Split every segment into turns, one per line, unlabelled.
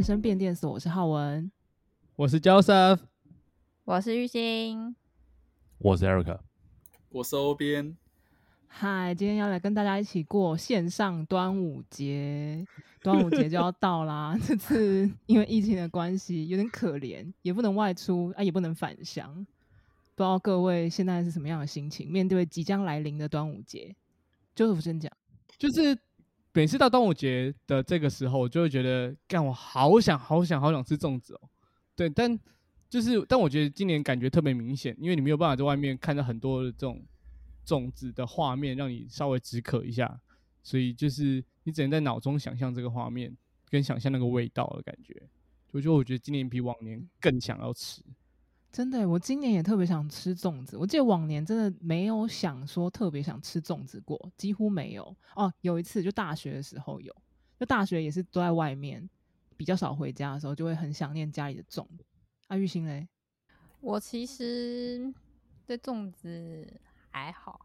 生变电所，我是浩文。
我是 Joseph，
我是玉兴，
我是 Eric，
我是欧边，
嗨，今天要来跟大家一起过线上端午节，端午节就要到啦。 这次因为疫情的关系，有点可怜，也不能外出，啊，也不能返乡。不知道各位现在是什么样的心情？面对即将来临的端午节，就是先讲，
就是每次到端午节的这个时候，我就会觉得，干我好想好想好想吃粽子哦。对，但就是但我觉得今年感觉特别明显，因为你没有办法在外面看到很多的这种粽子的画面，让你稍微止渴一下，所以就是你只能在脑中想象这个画面，跟想象那个味道的感觉。我觉得我觉得今年比往年更想要吃，
真的，我今年也特别想吃粽子。我记得往年真的没有想说特别想吃粽子过，几乎没有。哦，有一次就大学的时候有，就大学也是都在外面，比较少回家的时候，就会很想念家里的粽子。啊，玉兴嘞，
我其实对粽子还好，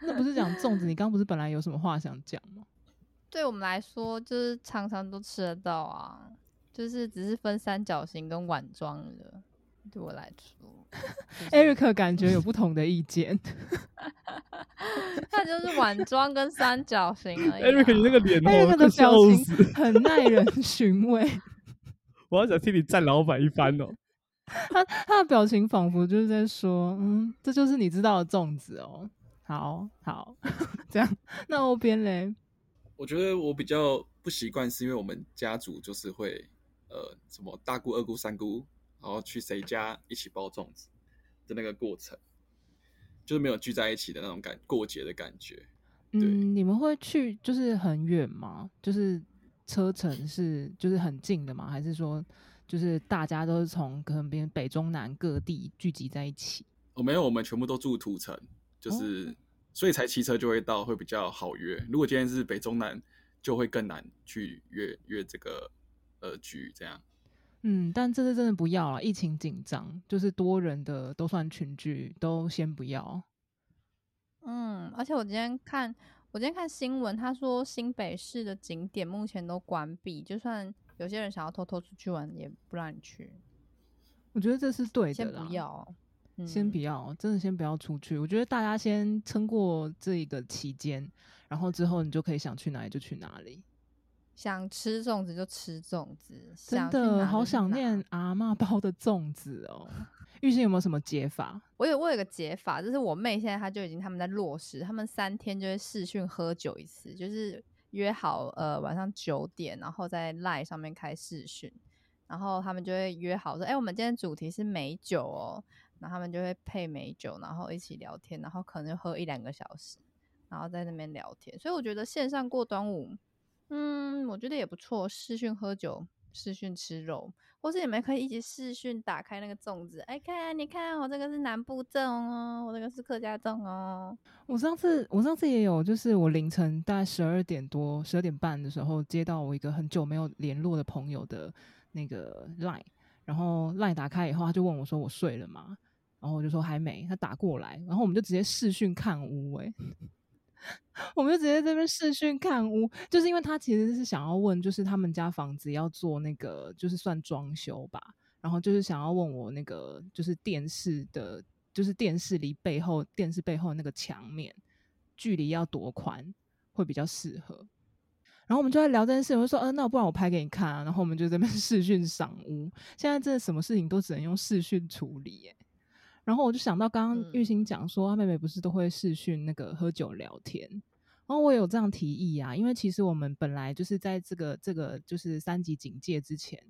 那不是讲粽子？你刚不是本来有什么话想讲吗？
对我们来说就是常常都吃得到啊，就是只是分三角形跟碗装的。对我来说
Eric 感觉有不同的意见，
它就是碗装跟三角形而已、啊。
Eric，你那个脸哦，
Eric 哎的
快
表
笑
情
死！
很耐人寻味。
我要想替你站老板一番哦。
他他的表情仿佛就是在说，嗯，这就是你知道的粽子哦。好好， 这样。那欧边嘞，
我觉得我比较不习惯，是因为我们家族就是会呃什么大姑、二姑、三姑，然后去谁家一起包粽子的那个过程，就是没有聚在一起的那种感过节的感觉。对
嗯，你们会去就是很远吗？就是车程是就是很近的吗？还是说就是大家都是从可能别人北中南各地聚集在一起？
哦，没有，我们全部都住土城，就是、所以才骑车就会到，会比较好约。如果今天是北中南，就会更难去约约这个呃局这样。
嗯，但这次真的不要了，疫情紧张，就是多人的都算群聚，都先不要。
嗯，而且我今天看，我今天看新闻，他说新北市的景点目前都关闭，就算有些人想要偷偷出去玩，也不让你去，
我觉得这是对的
先
啦。
不要哦。嗯、
先不要，真的先不要出去。我觉得大家先撑过这一个期间，然后之后你就可以想去哪里就去哪里。
想吃粽子就吃粽子，
真
想去
的
哪
好
就去
想
哪
念。阿嬷包的粽子哦。玉兴有没有什么解法？
我有我有个解法，就是我妹现在她就已经他们在落实，他们三天就会视讯喝酒一次，就是约好呃晚上九点，然后在 Line 上面开视讯，然后他们就会约好说，哎、我们今天主题是美酒哦，然后他们就会配美酒，然后一起聊天，然后可能就喝一两个小时，然后在那边聊天。所以我觉得线上过端午，嗯，我觉得也不错，视讯喝酒，视讯吃肉，或是你们可以一起视讯打开那个粽子，哎，看，你看我这个是南部粽哦，我这个是客家粽哦，
我上次我上次也有，就是我凌晨大概十二点多、十二点半的时候，接到我一个很久没有联络的朋友的那个 line，然后 line 打开以后，他就问我说我睡了吗？然后我就说还没，他打过来，然后我们就直接视讯看屋、欸， 我们就直接这边视讯看屋，就是因为他其实是想要问，就是他们家房子要做那个，就是算装修吧，然后就是想要问我那个，就是电视的，就是电视离背后电视背后那个墙面距离要多宽会比较适合。然后我们就在聊这件事，我就说，嗯、那不然我拍给你看啊。然后我们就这边 视讯赏屋，现在真的什么事情都只能用视讯处理、耶。然后我就想到刚刚
嗯
玉兴讲说，啊她妹妹不是都会视讯那个喝酒聊天，然后我也有这样提议啊，因为其实我们本来就是在这个这个就是三级警戒之前，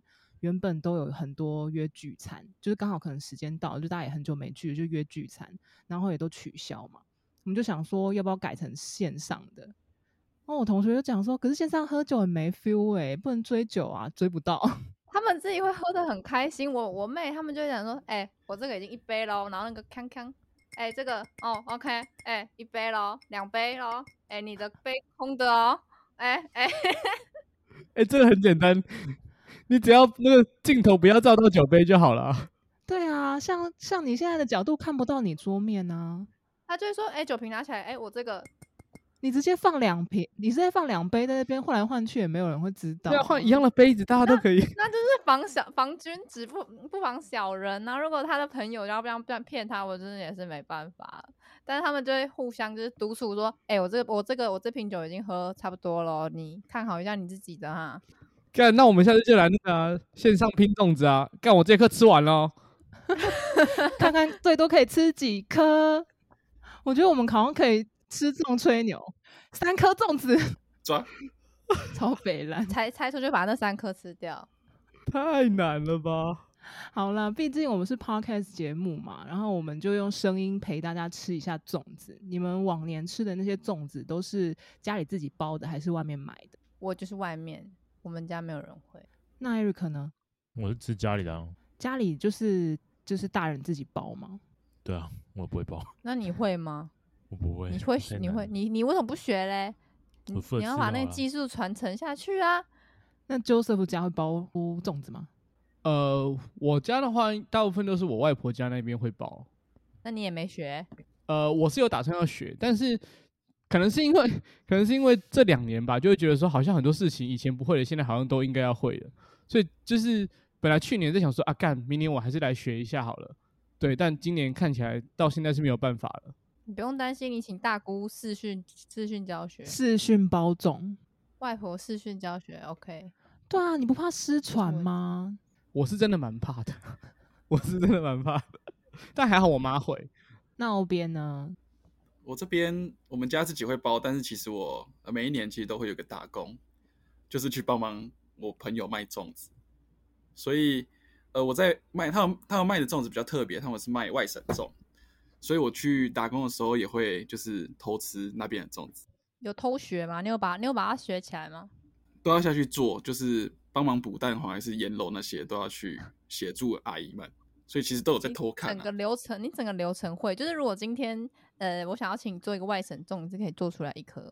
原本都有很多约聚餐，就是刚好可能时间到了，就大家也很久没聚了，就约聚餐，然后也都取消嘛。我们就想说，要不要改成线上的？然后我同学就讲说，可是线上喝酒很没 feel 哎、不能追酒啊，追不到。
他们自己会喝的很开心。我我妹他们就会讲说，哎、我这个已经一杯喽，然后那个康康，哎、这个哦，OK，哎、一杯喽，两杯喽，哎、你的杯空的哦，哎、哎、
哎、这个很简单，你只要那个镜头不要照到酒杯就好了啊。
对啊，像像你现在的角度看不到你桌面啊，
他就会说，哎、酒瓶拿起来，哎、我这个
你你直接放两瓶，你直接放两杯在那边换来换去，也没有人会知道。
对啊，换一样的杯子，大家都可以。
那就是防小防君子不不防小人呐、如果他的朋友要不然不然骗他，我真的也是没办法。但是他们就会互相就是督促说，哎、我这个我这个我这瓶酒已经喝差不多了，你看好一下你自己的哈。
干，那我们下次就来那个啊线上拼粽子啊！干，我这课吃完了，哦
看 看最多可以吃几颗。我觉得我们好像可以吃粽吹牛，三颗粽子
抓
超北蓝。
猜猜出就把那三颗吃掉。
太难了吧？
好啦，毕竟我们是 podcast 节目嘛，然后我们就用声音陪大家吃一下粽子。你们往年吃的那些粽子都是家里自己包的，还是外面买的？
我就是外面，我们家没有人会。
那 Eric 呢？
我是吃家里的、啊，
家里就是就是大人自己包吗？
对啊，我不会包，
那你会吗？
我不会。
你会
太
你
难
会
了
你你为什么不学嘞？你
我负责啊
你要
吃
把那
就好
个
了
技术传承下去啊！
那 Joseph 家会包粽子吗？
呃，我家的话，大部分都是我外婆家那边会包。
那你也没学，
呃，我是有打算要学，但是可能是因为可能是因为这两年吧，就会觉得说好像很多事情以前不会的，现在好像都应该要会了。所以就是本来去年在想说啊，干，明年我还是来学一下好了。对，但今年看起来到现在是没有办法了。
你不用担心，你请大姑视讯视讯教学，
视讯包粽？
外婆视讯教学，OK。
对啊，你不怕失传
我
吗？
我是真的蛮怕的，我是真的蛮怕的，但还好我妈会。
那欧边呢？
我这边我们家自己会包，但是其实我呃每一年其实都会有个打工，就是去帮忙我朋友卖粽子。所以呃我在卖他们他们卖的粽子比较特别，他们是卖外省粽，所以我去打工的时候也会就是偷吃那边的粽子，
有偷学吗？你有把你有把它学起来吗？
都要下去做，就是帮忙补蛋黄还是腌楼那些都要去协助阿姨们，所以其实都有在
你
偷看、
整个
啊。
流程，你整个流程会，就是如果今天呃，我想要请你做一个外省粽，你是可以做出来一颗，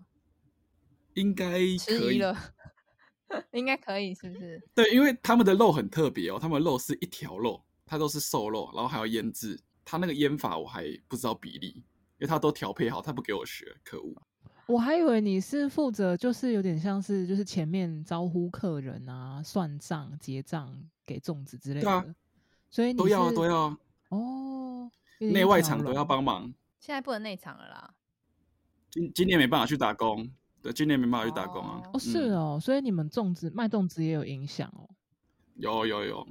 应该可
迟疑
以
了， 应该可以，是不是？
对，因为他们的肉很特别哦，他们的肉是一条肉，它都是瘦肉，然后还要腌制。他那个腌法我还不知道比例，因为他都调配好，他不给我学，可恶。
我还以为你是负责，就是有点像是就是前面招呼客人啊、算账、结账、给粽子之类
对啊
的，所以你
都要啊，
是
都要啊，
哦，有点
内
一
外
条
场都要
龙
帮忙。
现在不能内场了啦。
今今年没办法去打工，对，今年没办法去打工啊。
哦，是
嗯，
哦，所以你们粽子卖粽子也有影响哦。
有有有，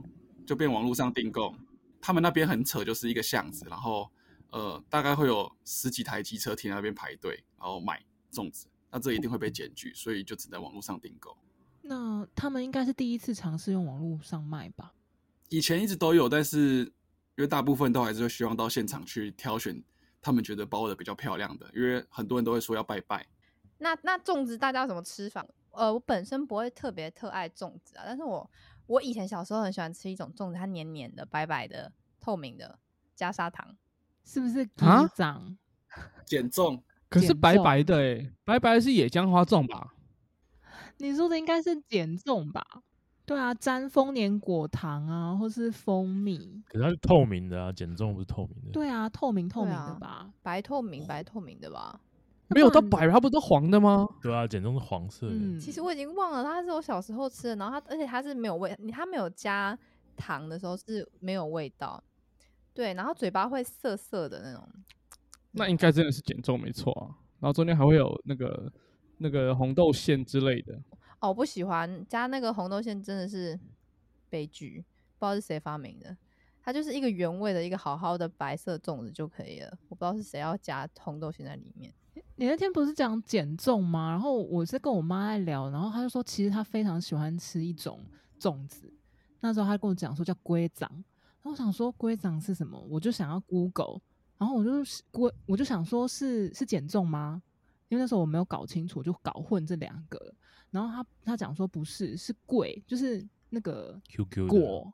就变网络上订购。他们那边很扯，就是一个巷子，然后呃，大概会有十几台机车停在那边排队，然后买粽子。那这一定会被检举，所以就只能网络上订购。
那他们应该是第一次尝试用网络上卖吧？
以前一直都有，但是因为大部分都还是会希望到现场去挑选他们觉得包的比较漂亮的，因为很多人都会说要拜拜。
那那粽子大家有什么吃法？呃，我本身不会特别特爱粽子啊，但是我我以前小时候很喜欢吃一种粽子，它黏黏的、白白的、透明的，加砂糖。
是不是鼓
啊
掌？
减重
可是
减
白
重
白的诶、白白的是野姜花粽吧？
你说的应该是减重吧？对啊，沾丰年果糖啊，或是蜂蜜。
可是它是透明的啊，减重不是透明的。
对啊，透明透
对
明的
啊
吧？
白透明、
哦
白透明的吧。
那
没有
不
到
然
白，它不是都黄的吗？
对啊，减重是黄色的。
嗯，
其实我已经忘了，它是我小时候吃的，然后它而且它是没有味，它没有加糖的时候是没有味道，对，然后嘴巴会涩涩的那种。
那应该真的是减重没错啊。然后中间还会有那个那个红豆馅之类的，
哦，我不喜欢加那个红豆馅，真的是悲剧，不知道是谁发明的。它就是一个原味的一个好好的白色粽子就可以了，我不知道是谁要加红豆馅在里面。
你那天不是讲减重吗？然后我是跟我妈在聊，然后她就说，其实她非常喜欢吃一种粽子。那时候她跟我讲说叫龟掌，然后我想说龟掌是什么，我就想要 Google，然后我就是龟，我就想说是是减重吗？因为那时候我没有搞清楚，就搞混这两个了。然后她她讲说不是，是桂，就是那个
QQ 的
果，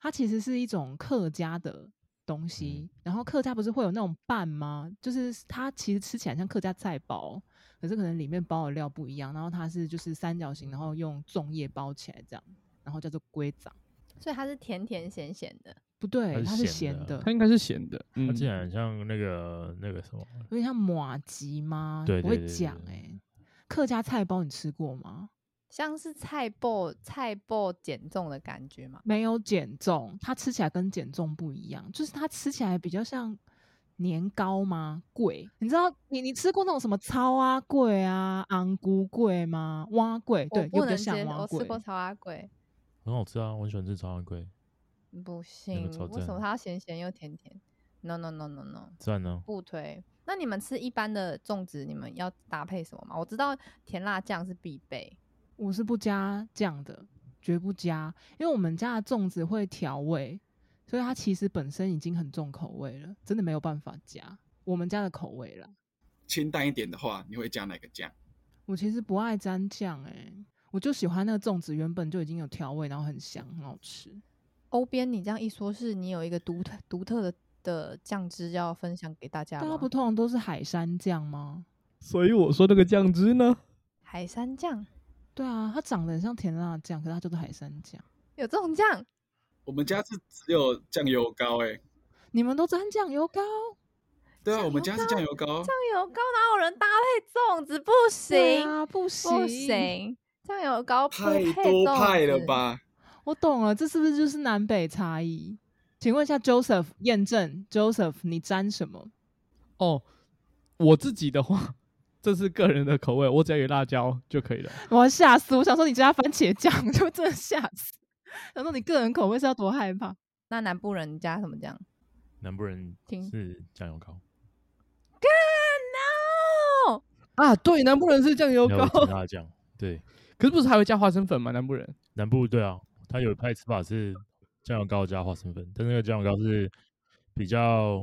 它其实是一种客家的东西。然后客家不是会有那种拌吗？就是它其实吃起来像客家菜包，可是可能里面包的料不一样。然后它是就是三角形，然后用粽叶包起来这样，然后叫做龟掌。
所以它是甜甜咸咸的，
不对，它
它
是
是
咸
咸的
的啊
它，应该是咸的，嗯
它，竟然像那个那个什么，
有点像马吉吗？
对
不会
对对对
讲哎、
对
客家菜包你吃过吗？
像是菜爆菜爆减重的感觉嘛。
没有减重，它吃起来跟减重不一样，就是它吃起来比较像年糕吗？贵，你知道你你吃过那种什么超啊贵啊、昂菇贵吗？蛙贵，
我
对，又比较
不能接，
像蛙
我吃
贵。
过超阿贵，
很好吃啊，我很喜欢吃超昂贵，
不行，
超
为什么
赞
它要咸咸又甜甜？No No No No No，
赞哦呢、
不推。那你们吃一般的粽子，你们要搭配什么吗？我知道甜辣酱是必备，
我是不加酱的，绝不加，因为我们家的粽子会调味，所以它其实本身已经很重口味了，真的没有办法加我们家的口味了。
清淡一点的话，你会加哪个酱？
我其实不爱沾酱，哎，我就喜欢那个粽子原本就已经有调味，然后很香，很好吃。
欧边，你这样一说，是你有一个独特独特的的酱汁要分享给大家
大家
吗
啊不？通常都是海山酱吗？
所以我说那个酱汁呢，
海山酱
对啊，它长得很像甜辣酱，可是它就是海山酱。
有这种酱？
我们家是只有酱油膏哎、
你们都沾酱油膏？
对啊，
酱
我
油
们家是
膏
酱油膏，
酱油膏哪有人搭配粽子？不
对
行，
啊，不行
不，行，酱油膏不
太
配
多
粽
派了
子？
吧？
我懂了，这是不是就是南北差异？请问一下 Joseph 验证，Joseph 你沾什么？
哦，我自己的话，这是个人的口味，我只要有辣椒就可以了。
我要吓死！我想说你加番茄酱， 就真的吓死。想说你个人口味是要多害怕？
那南部人加什么酱
南部人
听
是酱油膏，
？No，
啊，对，南部人是酱油
然
膏，
后甜辣酱，对，
可是不是还会加花生粉吗？南部人
南部对啊，它有一派吃法是酱油膏加花生粉，但那个酱油膏是比较，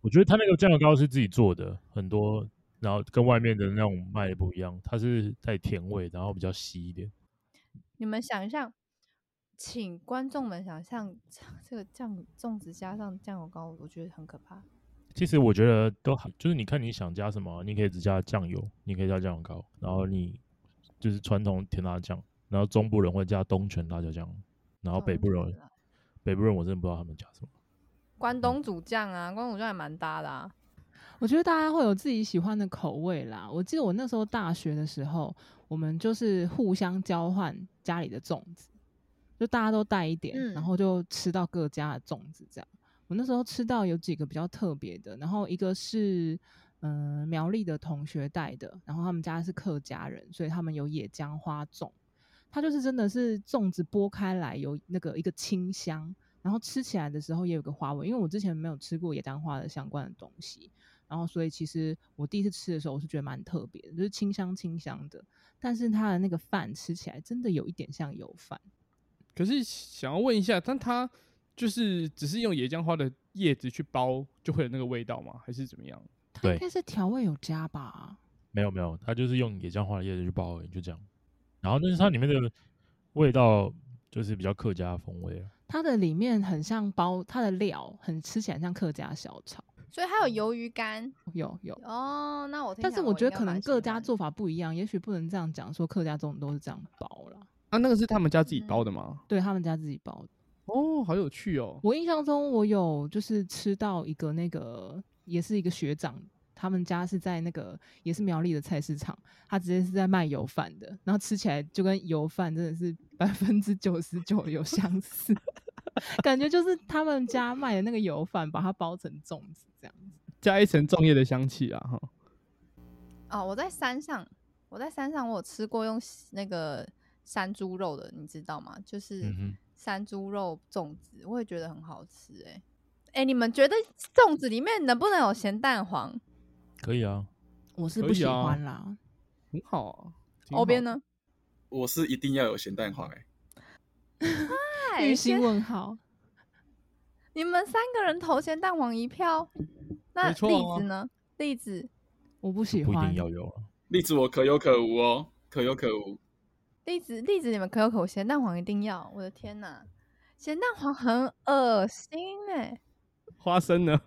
我觉得它那个酱油膏是自己做的，很多，然后跟外面的那种卖的不一样，它是带甜味，然后比较稀一点。
你们想象，请观众们想象这个酱粽子加上酱油膏，我觉得很可怕。
其实我觉得都还，就是你看你想加什么，你可以只加酱油，你可以加酱油膏，然后你就是传统甜辣酱，然后中部人会加东泉辣椒酱，然后北
粽
部
子
人
啦
北部人我真的不知道他们加什么。
嗯
关东煮酱啊，关东煮酱也蛮搭的啊。
我觉得大家会有自己喜欢的口味啦。我记得我那时候大学的时候，我们就是互相交换家里的粽子，就大家都带一点，
嗯
然后就吃到各家的粽子这样。我那时候吃到有几个比较特别的，然后一个是嗯、呃苗栗的同学带的，然后他们家是客家人，所以他们有野姜花粽，它就是真的是粽子剥开来有那个一个清香，然后吃起来的时候也有个花味，因为我之前没有吃过野姜花的相关的东西，然后所以其实我第一次吃的时候，我是觉得蛮特别的，就是清香清香的，但是它的那个饭吃起来真的有一点像油饭，
可是想要问一下，但它就是只是用野姜花的叶子去包，就会有那个味道吗？还是怎么样？
它
对
应该是调味有加吧？
没有没有，它就是用野姜花的叶子去包而已，就这样。然后但是它里面的味道就是比较客家风味啊，
它的里面很像包，它的料很吃起来像客家小炒，
所以还有鱿鱼干
有有。
哦。那我
嗯
听
但
起
是
来
我觉得
应该
可能
蛮喜
各家
欢
做法不一样，也许不能这样讲，说客家粽都是这样包啦。
啊，那个是他们家自己包的吗？
对他们家自己包的。
哦，好有趣哦。
我印象中，我有就是吃到一个那个，也是一个学长，他们家是在那个也是苗栗的菜市场，他直接是在卖油饭的，然后吃起来就跟油饭真的是 百分之九十九有相似，感觉就是他们家卖的那个油饭，把它包成粽子这样子。
加一层粽叶的香气啊，哈。
哦。我在山上，我在山上我有吃过用那个山猪肉的，你知道吗？就是
嗯哼
山猪肉粽子，我也觉得很好吃哎、欸。哎、你们觉得粽子里面能不能有咸蛋黄？
可以啊。
我是
可
不
以
喜
啊
欢啦，
很好啊。挺好
欧边？呢？
我是一定要有咸蛋黄哎、
玉
哎
心
先
问号。
你们三个人投咸蛋黄一票，那
没错
栗
啊
子呢？栗子，
我不喜
不一
欢
定，要有啊了。
栗子我可有可无哦，可有可无。
栗子，栗子，你们可有口咸蛋黄一定要！我的天哪，咸蛋黄很恶心哎、
花生呢？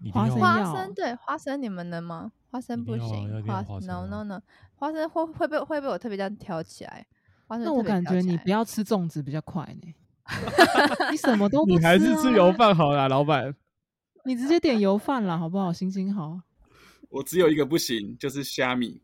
一定
花生
要
要
啊
花生对花生你们能吗？花生
一
不
定要啊要
行，
一定要
花
花生
no
啊
no no，花生会会被会被我特别这样挑起来。花生
那
特
我
别
感
挑
觉
起
你
来
不要吃粽子比较快呢、你什么都不
你还是吃
啊
油，饭好啦，老板。
你直接点油饭啦，好不好？行行好，
我只有一个不行，就是虾米。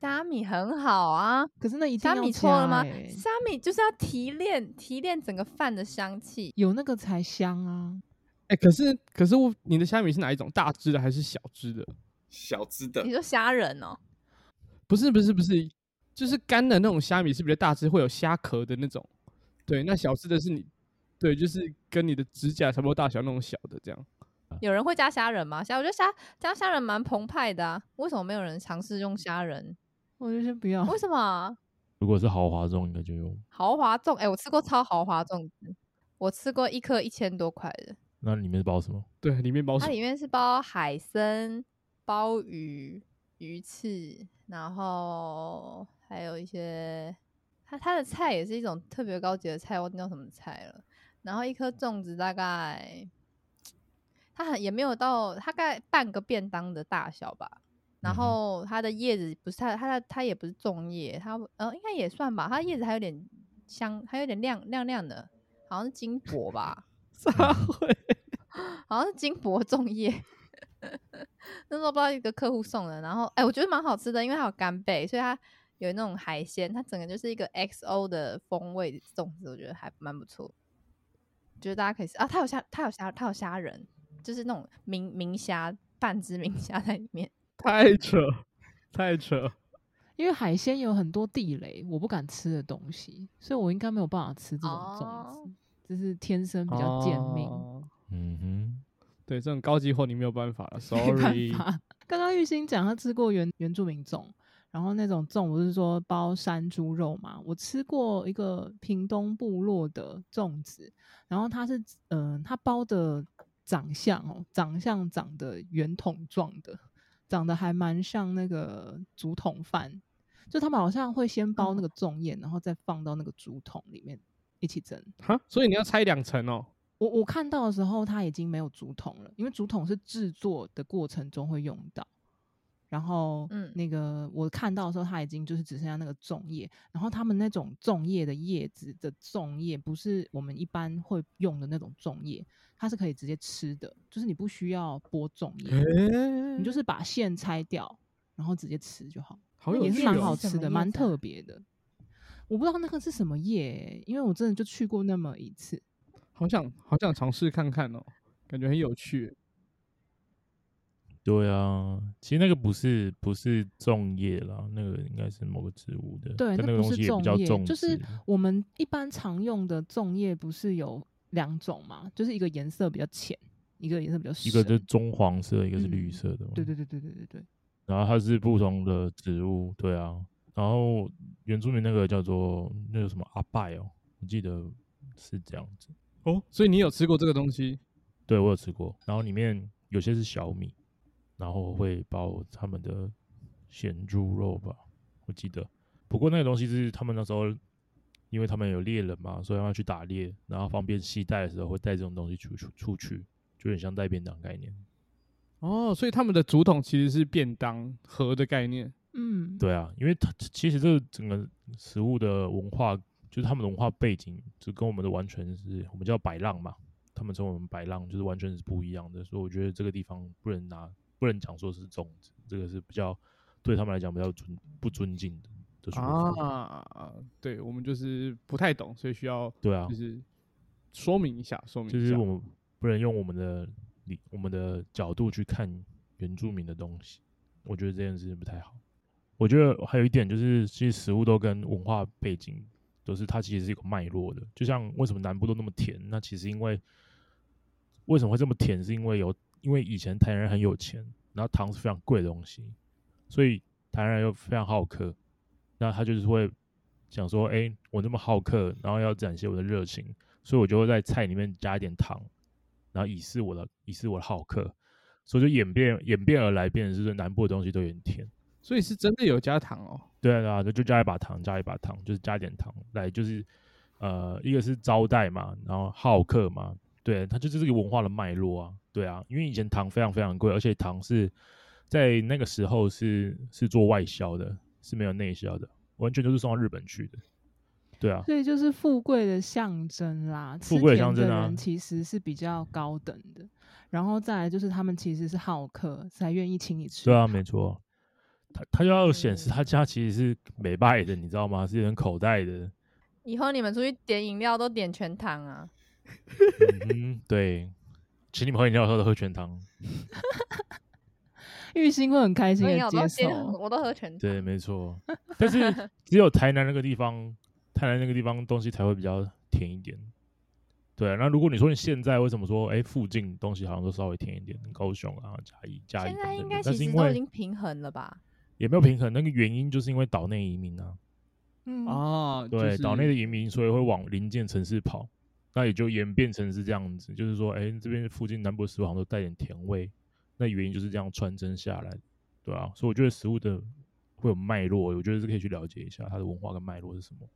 虾米很好啊，
可是那一定
虾
要
米错了吗
加欸？
虾米就是要提炼提炼整个饭的香气，
有那个才香啊！
哎、可是可是我你的虾米是哪一种？大只的还是小只的？
小只的
你，说虾仁哦，
不是不是不是，就是干的那种虾米是比较大只，会有虾壳的那种。对，那小只的是你，对，就是跟你的指甲差不多大小那种小的这样。
有人会加虾仁吗？虾，我觉得虾加虾仁蛮澎湃的啊，为什么没有人尝试用虾仁？
我就先不要，
为什么啊
如果是豪华中，应该就用。
豪华粽？哎、我吃过超豪华粽子，我吃过一颗一千多块的，
那里面包什么？
对，里面包什
它
么
里？面是包海参、鲍鱼、鱼翅，然后还有一些它它的菜也是一种特别高级的菜，忘记叫什么菜了。然后一颗粽子大概，它很也没有到大概半个便当的大小吧。然
嗯哼
后它的叶子不是它它的它也不是粽叶，它呃应该也算吧，它叶子还有点香，还有点亮亮亮的，好像是金箔吧。
啥会？
好像是金箔粽叶。 那时候不知道一个客户送的，然后哎、我觉得蛮好吃的，因为它有干贝，所以它有那种海鲜，它整个就是一个 XO 的风味粽子，我觉得还蛮不错。觉得大家可以试啊，它有虾，它有虾，它有虾仁，就是那种明明虾，半只明虾在里面。
太扯，太扯。
因为海鲜有很多地雷，我不敢吃的东西，所以我应该没有办法吃这种粽子，
哦
这是天生比较贱命，
哦
嗯哼，
对，这种高级货你没有办法了
没办
，sorry。
法。刚刚玉兴讲他吃过原原住民粽，然后那种粽我是说包山猪肉嘛，我吃过一个屏东部落的粽子，然后它是嗯、它包的长相哦，长相长得圆筒状的，长得还蛮像那个竹筒饭，就他们好像会先包那个粽叶，然后再放到那个竹筒里面一起蒸。
哈，所以你要拆两层哦。
我我看到的时候，它已经没有竹筒了，因为竹筒是制作的过程中会用到。然后，
嗯
那个我看到的时候，它已经就是只剩下那个粽叶。然后他们那种粽叶的叶子的粽叶，不是我们一般会用的那种粽叶，它是可以直接吃的，就是你不需要剥粽叶，你
你
嗯
就是把线拆掉，然后直接吃就好。
好有
也是
趣
蛮
哦
好
是什
吃
么
的，
叶
蛮
子啊
特别的。我不知道那个是什么叶欸、因为我真的就去过那么一次。
好想好想尝试看看哦，感觉很有趣。
对啊，其实那个不是不是粽叶啦，那个应该是某个植物的，
对，
但
那
个
不
东
是
西也不叫
粽叶，
粽
就是
子
我们一般常用的粽叶不是有两种嘛？就是一个颜色比较浅，一个颜色比较深。
一个是棕黄色，一个是绿
嗯
色的嘛。
对对对对对对对，
然后它是不同的植物，对啊。然后原住民那个叫做那个什么阿拜哦，我记得是这样子。
哦，所以你有吃过这个东西？
对我有吃过，然后里面有些是小米，然后会包他们的咸猪肉吧，我记得。不过那个东西是他们那时候，因为他们有猎人嘛，所以他们要去打猎，然后方便携带的时候会带这种东西出出出去，就有点像带便当概念。
哦，所以他们的竹筒其实是便当盒的概念。
嗯，
对啊，因为它其实这整个食物的文化，就是他们的文化背景，就跟我们的完全是我们叫摆浪嘛，他们称我们摆浪，就是完全是不一样的。所以我觉得这个地方不能拿，不能讲说是粽子，这个是比较对他们来讲比较尊不尊敬的的说法。
啊，对，我们就是不太懂，所以需要
对啊
就，是说明一下，说明
就
一
是
下
我。们不能用我们的理我们的角度去看原住民的东西，我觉得这件事情不太好。我觉得还有一点就是，其实食物都跟文化背景都是它其实是一个脉络的。就像为什么南部都那么甜，那其实因为为什么会这么甜，是因为有因为以前台南人很有钱，然后糖是非常贵的东西，所以台南人又非常好客，那他就是会想说，哎、我那么好客，然后要展现我的热情，所以我就会在菜里面加一点糖，然后以示我的以示我的好客，所以就演变演变而来，变成是说南部的东西都有点甜。
所以是真的有加糖哦。
对啊，对啊，就就加一把糖，加一把糖，就是加一点糖来，就是呃，一个是招待嘛，然后好客嘛，对，它就是这个文化的脉络啊，对啊，因为以前糖非常非常贵，而且糖是在那个时候是是做外销的，是没有内销的，完全就是送到日本去的，对啊，
所以就是富贵的象征啦。
富
吃
贵的
甜
象征
的
啊
人其实是比较高等的，然后再来就是他们其实是好客，才愿意请你吃。
对啊，没错。他他就要显示
对
他家其实是美拜的，你知道吗？是有点口袋的。
以后你们出去点饮料都点全糖啊，
嗯哼，对，请你们喝饮料的时候都喝全糖。
玉兴会很开心
所
的
以我都
接
点很
受。
我都喝全糖。
对，没错。但 是只有台南那个地方，台南那个地方东西才会比较甜一点。对啊、那如果你说你现在为什么说，哎、附近东西好像都稍微甜一点，高雄啊、嘉义、嘉义
现
等
在
等
应
的
该
但
其
是因
实都已
为
经平衡了吧？
也没有平衡，那个原因就是因为岛内移民啊，
嗯，
啊，
对，
就是
岛内的移民，所以会往邻近城市跑，那也就演变成是这样子，就是说，哎、这边附近南部食物好像都带点甜味，那原因就是这样传承下来，对啊，所以我觉得食物的会有脉络，我觉得是可以去了解一下它的文化跟脉络是什么。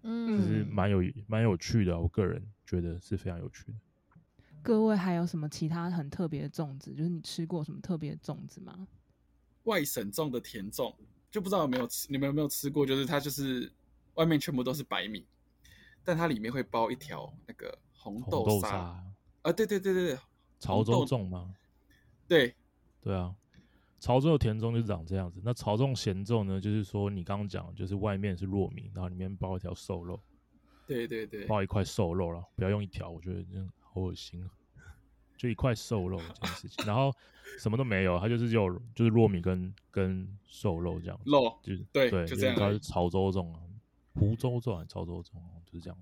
就
就是
嗯，
蛮有蛮有趣的啊、我个人觉得是非常有趣的。
各位还有什么其他很特别的粽子？就是你吃过什么特别的粽子吗？
外省种的甜粽，就不知道有没有吃，你们有没有吃过？就是它就是外面全部都是白米，但它里面会包一条那个红
红
豆
豆
沙
沙，
啊，对对对对对
潮州
豆
粽吗？
对，
对啊，潮州的甜粽就长这样子。那潮粽咸粽呢，就是说你刚刚讲，就是外面是糯米，然后里面包一条瘦肉，
对对对，
包一块瘦肉了，不要用一条，我觉得这样好恶心啊。 就一块瘦肉这件 事情，然后什么都没有，它就是只有就是糯米跟跟瘦肉这样子，
肉
就是
对
对，
就
因
这
为
样
它
而
是
已
潮州粽啊，湖州粽还是潮州粽啊，就是这样。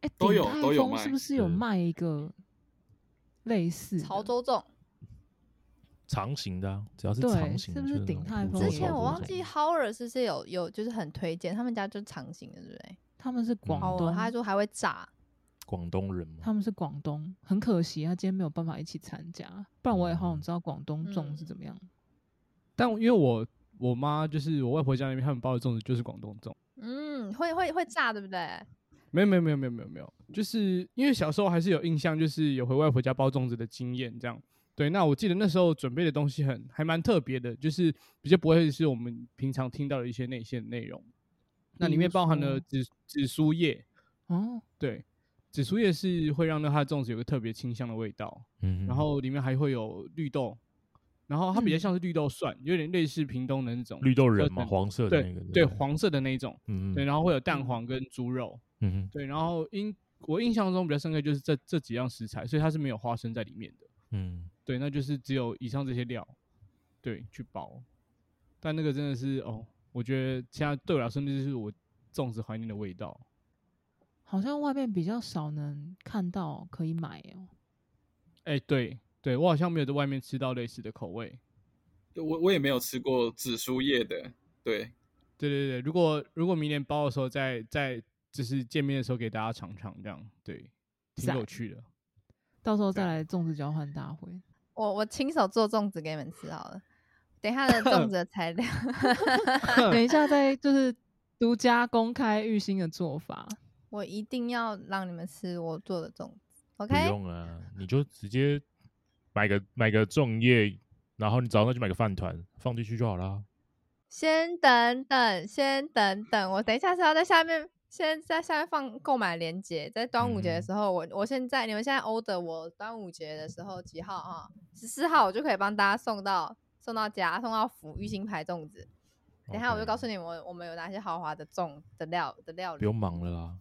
哎，
都
鼎
有
泰
都有
丰是
卖
不是有
是
卖一个类似的
嗯潮州粽，
长形的、啊，只要是
对
长形
是
的，
不是
就是那
鼎
种
泰
湖
丰
嗯州
之
也
前
有啊
我
这
忘
种
记 Howard 是不是有有就是很推荐，他们家就是长形的，对不对？
他们是广
好，
东，
哦他还说还会炸，
广东人嘛
他，们是广东，很可惜他今天没有办法一起参加，不然我也好想
嗯
知道广东粽是
嗯
怎么样。
但因为我我妈就是我外婆家那边，他们包的粽子就是广东粽。
嗯，会会会炸，对不对？
没有没有没有没有没有没有，就是因为小时候还是有印象，就是有回外婆家包粽子的经验这样。对，那我记得那时候准备的东西很还蛮特别的，就是比较不会是我们平常听到的一些内线内容。那里
比
面
嗯
如
包含
哦
了
说
紫紫苏叶，
哦，
对，紫苏叶是会让那它的粽子有个特别清香的味道，
嗯，
然后里面还会有绿豆，然后它比较
嗯
像是绿豆蒜，有点类似屏东的那种
绿豆
就
人
是
嘛，
很
黄色的那
对
个，
对
不，
黄色的那一种，
嗯
对，
嗯
然后会有蛋黄跟猪肉，
嗯哼
对，然后印我印象中比较深刻就是这这几样食材，所以它是没有花生在里面的。
嗯，
对，那就是只有以上这些料，对，去包。但那个真的是哦，我觉得现在对我来说，那就是我粽子怀念的味道。
好像外面比较少能看到可以买哦。
哎，对，对我好像没有在外面吃到类似的口味。
对我我也没有吃过紫苏叶的，对，
对对对，如果如果明年包的时候再再就是见面的时候给大家尝尝，这样对，挺
赞
有趣的。
到时候再来粽子交换大会，
我我亲手做粽子给你们吃好了。等一下的粽子的材料，
等一下再就是独家公开玉兴的做法。
我一定要让你们吃我做的粽子。
不
OK，
用啊，你就直接买个买个粽叶，然后你早上就买个饭团放进去就好啦。
先等等，先等等，我等一下是要在下面，先在下面放购买链接，在端午节
嗯
的时候，我我现在你们现在 order 我端午节的时候几号啊？十四号我就可以帮大家送到送到家，送到福玉兴牌粽子。等一下我就
OK
告诉你们，我们有哪些豪华的粽的料的料
不
理。
用忙了啦，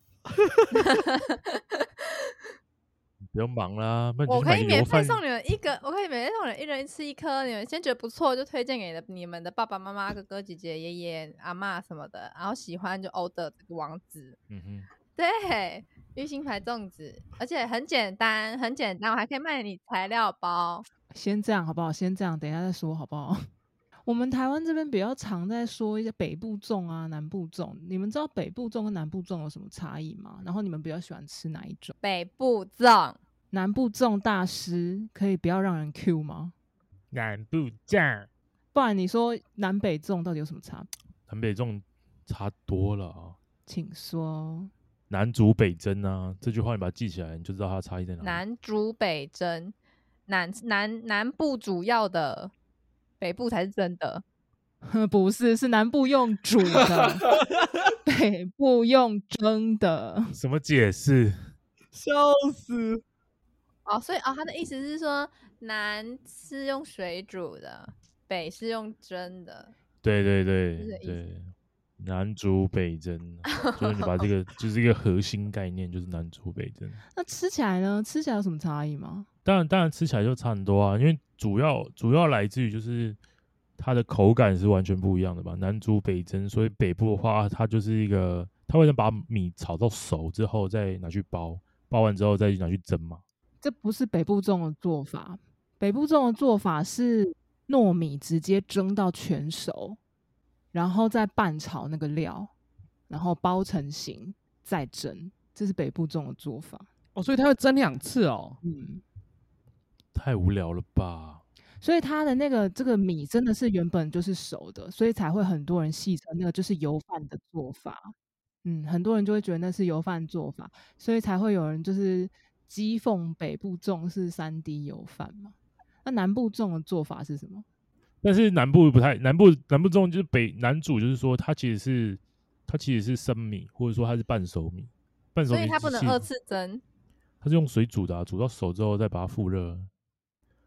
不用忙啦，那你
我
就去
可
买
以
个
免
油
费
饭，
送你们一个，我可以免费送你们一人吃一颗，你们先觉得不错就推荐给了你们的爸爸妈妈、哥哥姐姐、爷爷、阿嬷什么的，然后喜欢就 order 这个网址。
嗯哼，
对，玉兴牌粽子，而且很简单，很简单，我还可以卖你材料包。
先这样好不好？先这样，等一下再说好不好？ 我们台湾这边比较常在说一些北部粽啊、南部粽，你们知道北部粽跟南部粽有什么差异吗？然后你们比较喜欢吃哪一种？
北部粽，
南部粽大师可以不要让人 Q 吗？
南部酱，
不然你说南北粽到底有什么差别？
南北粽差多了啊，
请说。
南竹北真啊，这句话你把它记起来，你就知道它的差异在哪里。
南竹北真，南南南部主要的，北部才是真的。
不是，是南部用煮 的，北部用蒸的。
什么解释？
笑死！
哦，所以哦，他的意思是说，南是用水煮的，北是用蒸的。
对对
是这
对
意思
对，南竹北针，就是你把这 个，就是一个核心概念，就是南竹北针。
那吃起来呢？吃起来有什么差异吗？
当然，当然吃起来就差很多啊，因为主要主要来自于就是它的口感是完全不一样的吧，南煮北蒸，所以北部的话，它就是一个，它会先把米炒到熟之后再拿去包，包完之后再拿去蒸嘛。
这不是北部粽的做法，北部粽的做法是糯米直接蒸到全熟，然后再拌炒那个料，然后包成型再蒸，这是北部粽的做法。
哦，所以它要蒸两次哦。
嗯，
太无聊了吧？
所以它的那个这个米真的是原本就是熟的，所以才会很多人戏称那个就是油饭的做法。嗯，很多人就会觉得那是油饭做法，所以才会有人就是讥讽北部粽是三 D 油饭嘛。那南部粽的做法是什么？
但是南部不太，南部南部粽就是北南煮，就是说它其实是它其实是生米，或者说它是半熟米，半熟
所
米
以它不
是
能
其
二次蒸，
它是用水煮的、啊，煮到熟之后再把它复热，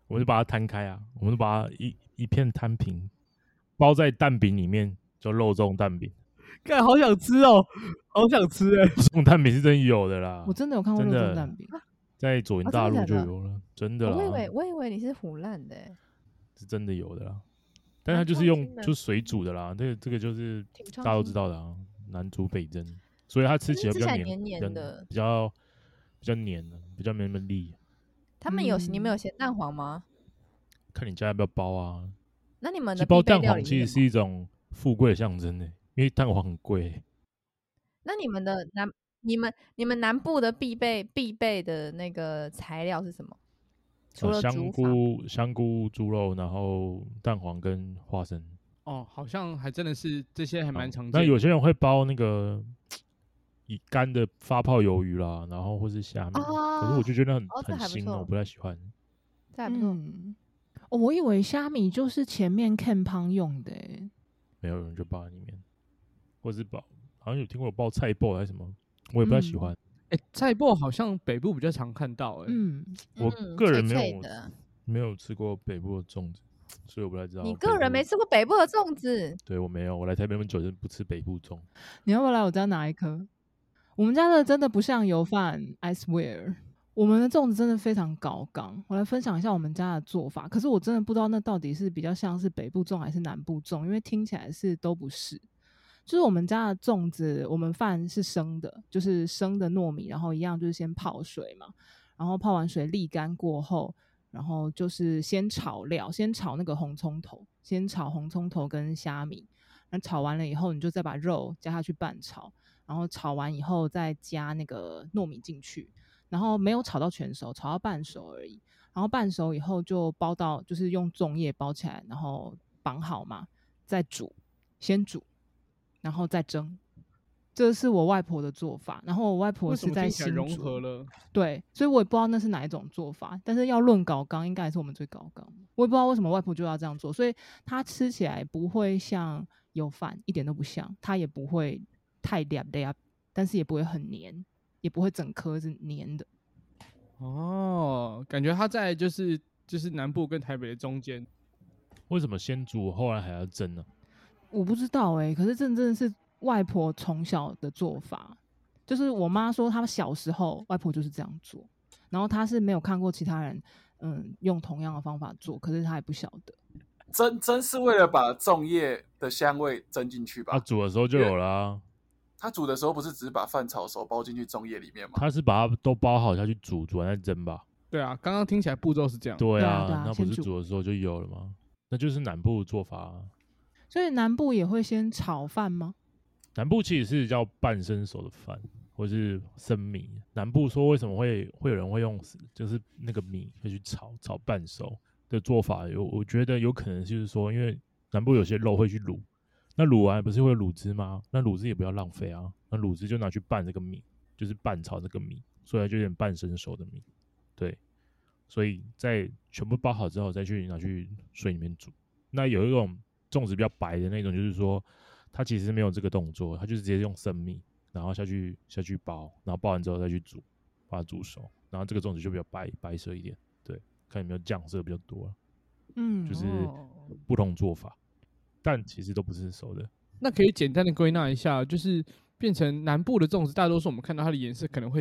我们就把它摊开
嗯
啊，我们就把它一一片摊平，包在蛋饼里面，就肉粽蛋饼。
看，好想吃哦，好想吃哎、
这种蛋饼是真有的啦
我，真的有看过
啊真
肉
的
粽蛋饼，嗯
在左营
哦
大
真
陆
的
就
假的
有了，真的
我以
啦
为，我以为你是胡乱的欸，
是真的有的啦。但它
蛮
就是
创
用
新的
就水煮的啦，这个这个就是
挺
大
创
家都
新
知道的啊，南煮北蒸，所以它
可
吃起
是吃
来比
起
较
来
黏，
黏
比
黏
较
的
比较比较黏的，比较没那么腻。
他们有、你们
嗯
有咸蛋黄吗？
看你家要不要包啊，
呃那你们
其实
的
包
必备
蛋
料
黄
理
其
是
实
什
是
么
一种富贵的象征呢、欸因为蛋黄很贵、
那你们的南你们你们南部的必备必备的那个材料是什么？ 除
呃
了
香
竹筏，
菇、香菇、猪肉，然后蛋黄跟花生。
哦，好像还真的是这些还蛮
嗯
常见的。
那有些人会包那个以干的发泡鱿鱼啦，然后或是虾米，可是我
哦
就觉得很、
哦这
很
还不
腥哦，
错
我不太喜欢。
这还不错。
嗯，哦，我以为虾米就是前面 can 汤用的欸，
没有人就包在里面，或是包，好像有听过包菜包还是什么，我也不太喜
嗯
欢。
哎、菜脯好像北部比较常看到哎、
嗯，
我
嗯
个
脆
人没
脆
有
的
没有吃过北部的粽子，所以我不太知道。
你个人没？吃过北部的粽子，
对我没有，我来台北那么久，就不吃北部粽。
你要不要来我家拿一颗？我们家的真的不像油饭，I swear。我们的粽子真的非常高纲。我来分享一下我们家的做法，可是我真的不知道那到底是比较像是北部粽还是南部粽，因为听起来是都不是。就是我们家的粽子，我们饭是生的，就是生的糯米，然后一样就是先泡水嘛，然后泡完水沥干过后，然后就是先炒料，先炒那个红葱头，先炒红葱头跟虾米，那炒完了以后，你就再把肉加下去拌炒，然后炒完以后再加那个糯米进去，然后没有炒到全熟，炒到半熟而已。然后半熟以后就包到，就是用粽叶包起来，然后绑好嘛，再煮，先煮，然后再蒸。这是我外婆的做法，然后我外婆
为什
是
么
在
听起来
新
融
竹
合了？
对，所以我也不知道那是哪一种做法，但是要论高纲，应该还是我们最高纲。我也不知道为什么外婆就要这样做，所以它吃起来不会像油饭，一点都不像，它也不会太黏的呀，但是也不会很黏，也不会整颗是黏的。
哦，感觉它在就是就是南部跟台北的中间。
为什么先煮后来还要蒸呢、
我不知道哎、可是这真的是外婆从小的做法，就是我妈说她小时候外婆就是这样做，然后她是没有看过其他人嗯用同样的方法做，可是她也不晓得。
真真是为了把粽叶的香味蒸进去吧？
它啊煮的时候就有啦、啊，
他煮的时候不是只是把饭炒熟包进去粽叶里面吗？
它是把它都包好下去煮，煮完再蒸吧。
对啊，刚刚听起来步骤是这样。
对
对啊
啊
对啊，
那不
先
是
煮
煮的时候就有了吗？那就是南部的做法、啊。
所以南部也会先炒饭吗？
南部其实是叫半生熟的饭，或是生米。南部说为什么会会有人会用，就是那个米会去炒炒半熟的做法，有我觉得有可能就是说，因为南部有些肉会去卤，那卤完不是会有卤汁吗？那卤汁也不要浪费啊，那卤汁就拿去拌这个米，就是拌炒这个米，所以它就有点半生熟的米。对，所以在全部包好之后再去拿去水里面煮。那有一种粽子比较白的那种，就是说它其实没有这个动作，它就是直接用生米，然后下去下去包，然后包完之后再去煮，把它煮熟，然后这个粽子就比较白白色一点，对，看有没有酱色比较多啊、
嗯，
就是
哦
不同做法，但其实都不是熟的。
那可以简单的归纳一下，就是变成南部的粽子，大多数我们看到它的颜色可能会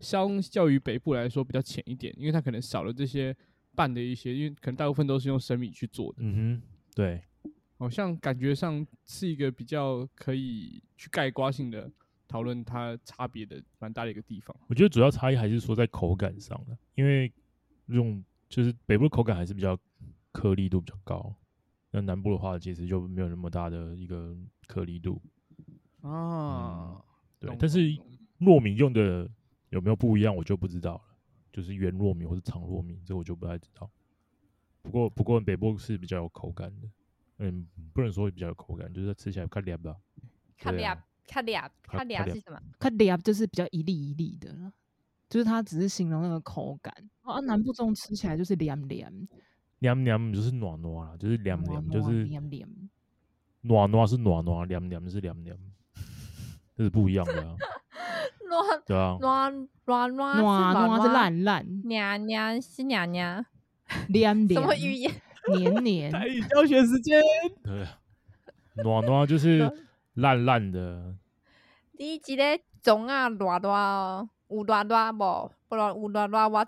相较于北部来说比较浅一点，因为它可能少了这些拌的一些，因为可能大部分都是用生米去做的，
嗯哼，对，
好像感觉上是一个比较可以去概括性的讨论它差别的蛮大的一个地方。
我觉得主要差异还是说在口感上的，因为用就是北部的口感还是比较颗粒度比较高，那南部的话其实就没有那么大的一个颗粒度。
啊，
对
懂，
但是
懂懂
糯米用的有没有不一样，我就不知道了。就是圆糯米或是长糯米，这我就不太知道。不过，不过北部是比较有口感的，嗯，不能说比较有口感，就是它吃起来看脸吧。
卡利
对
亚
啊，
卡利亚，
卡
卡利亚
卡利亚
是什么？
它粒就是比较一粒一粒的啦，就是它只是形容那个口感啊。南部粽吃起来就是凉凉，
黏黏就是暖暖啦，就是黏
糯
黏，
糯啊
就是
凉凉。
暖暖是暖暖，黏黏是黏黏，这是不一样的、啊，
暖
对啊。
暖暖暖
暖
暖
啊暖是，烂烂，
娘娘是娘娘，
凉
嗯什
凉
么语言？
黏
嗯
黏，
语哎教学时间，
对，暖暖就是烂烂的，
你一个粽啊，暖暖哦，有暖暖无？不然有暖暖我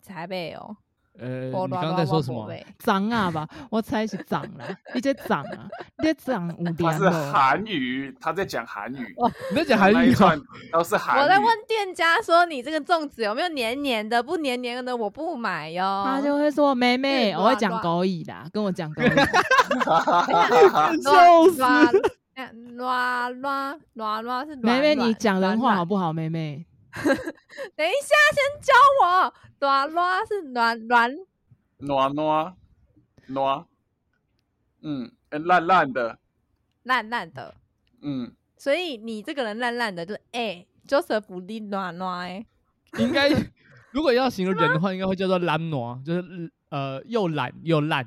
才买哦，
呃，
无
你刚
暖
刚
暖
在
我
说什
不
么？
买。
长啊吧，我猜是长啦，你这长啊，你这长有
他
凉
是
哦。
韩语，他在讲韩语，
你在讲韩语啊？
都是韩语。
我在问店家说，你这个粽子有没有黏黏的？不黏黏的我不买哟。
他就会说：“妹妹，
是
我会
暖
讲
暖
狗语啦，跟我讲 狗语。
乱乱乱乱乱乱是
妹
软
妹，
软
你讲人
软
话
软
好不好？妹妹，
等一下，先教我。软软是软软
暖暖暖，嗯，欸烂烂的，
烂烂的，
嗯，
所以你这个人烂烂的，就是哎、Joseph 不利软软哎，
应该如果要形容人的话，应该会叫做懒惰，就是呃又懒又烂，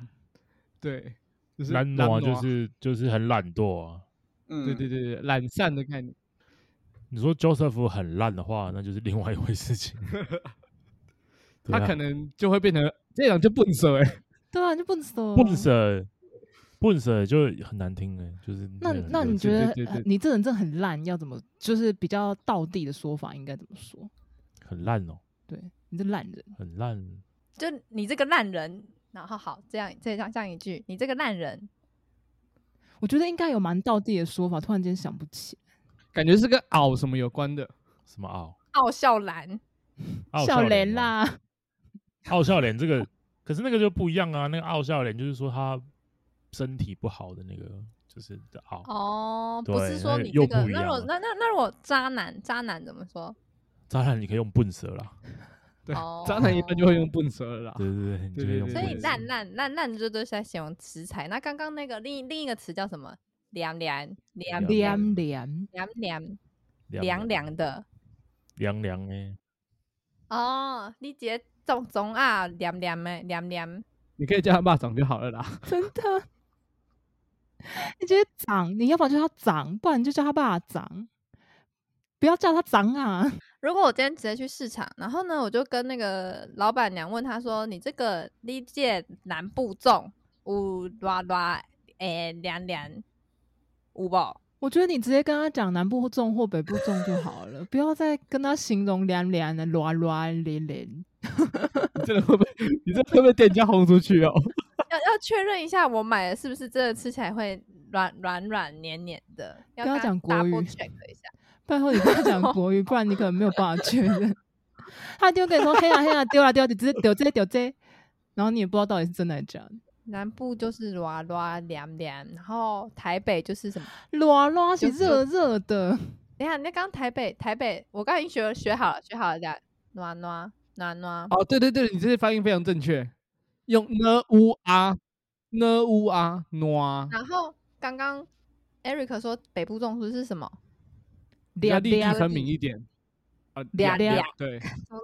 对，就是啊
懒暖就
惰
是就是很懒惰啊。
嗯
对对对对懒散的概念。
你说 Joseph 很烂的
嗯
话，那就是另外一回事 情。对
他
啊
可能就会变成这样就笨手哎、
对啊，就不熟。
笨蛇，笨蛇就很难听哎、就是
那
个
那
就
你觉
对
得
对对
呃
对
你这人真的很烂，要怎么就是比较道地的说法应该怎么说？
很烂哦、
对你这烂人，
很烂。
就你这个烂人。然后好，这样这样这样一句，你这个烂人，
我觉得应该有蛮道地的说法，突然间想不起。
感觉是跟熬什么有关的。
什么傲
傲笑兰，
傲
笑
脸
脸
哦
啊，
啦，
傲笑脸这个，可是那个就不一样啊。那个傲笑脸就是说他身体不好的那个，就是傲。
哦，
对
不是说
那个
你
又
这个，
不一
那
样
如果
了
那那那如果渣男，渣男怎么 说？
当然你可以用笨蛇啦，
对，
哦
渣男一般就会用笨蛇了啦。
对对对，你就可以用
哦对
所
笨
以
蛇。
烂烂烂烂这都是在形容食材。那刚刚那个另一另一个词叫什么？凉凉凉
对啊
哦
凉凉，
凉凉
凉
凉凉的
凉凉哎，
哦，你姐种种啊，凉凉的凉凉。
你可以叫他霸掌就好了啦。
真的。 你觉得长，你要不然就叫他长，不然你就叫他爸长，不要叫他长啊。
如果我今天直接去市场，然后呢，我就跟那个老板娘问她说：“你这个你姐南部种有啦啦诶凉凉有不？”
我觉得你直接跟他讲南部种或北部种就好了，不要再跟他形容凉凉的、软软连连。
你真的会被 你真的会被店家轰出去哦。
要要确认一下，我买的是不是真的吃起来会软软软黏黏的？要
不要
跟他
讲国
double
语
check 一下。
拜托你不要讲国语，不然你可能没有办法确认。他丢给你说黑啊黑啊丢啦丢啦，你直接丢这丢这，然后你也不知道到底是真的还是假的。
南部就是软软凉凉，然后台北就是什么？
软软是
就是
热热的，
等一下，那刚台北台北，我刚刚已经学学好了，学好了讲暖暖暖暖。
哦，对对对，你这些发音非常正确，用呢乌啊呢乌啊暖，
然后刚刚 Eric 说北部种植是什么？
比较
凉
立体
凉
分明一点。啊，
俩
俩
俩
对，
怎么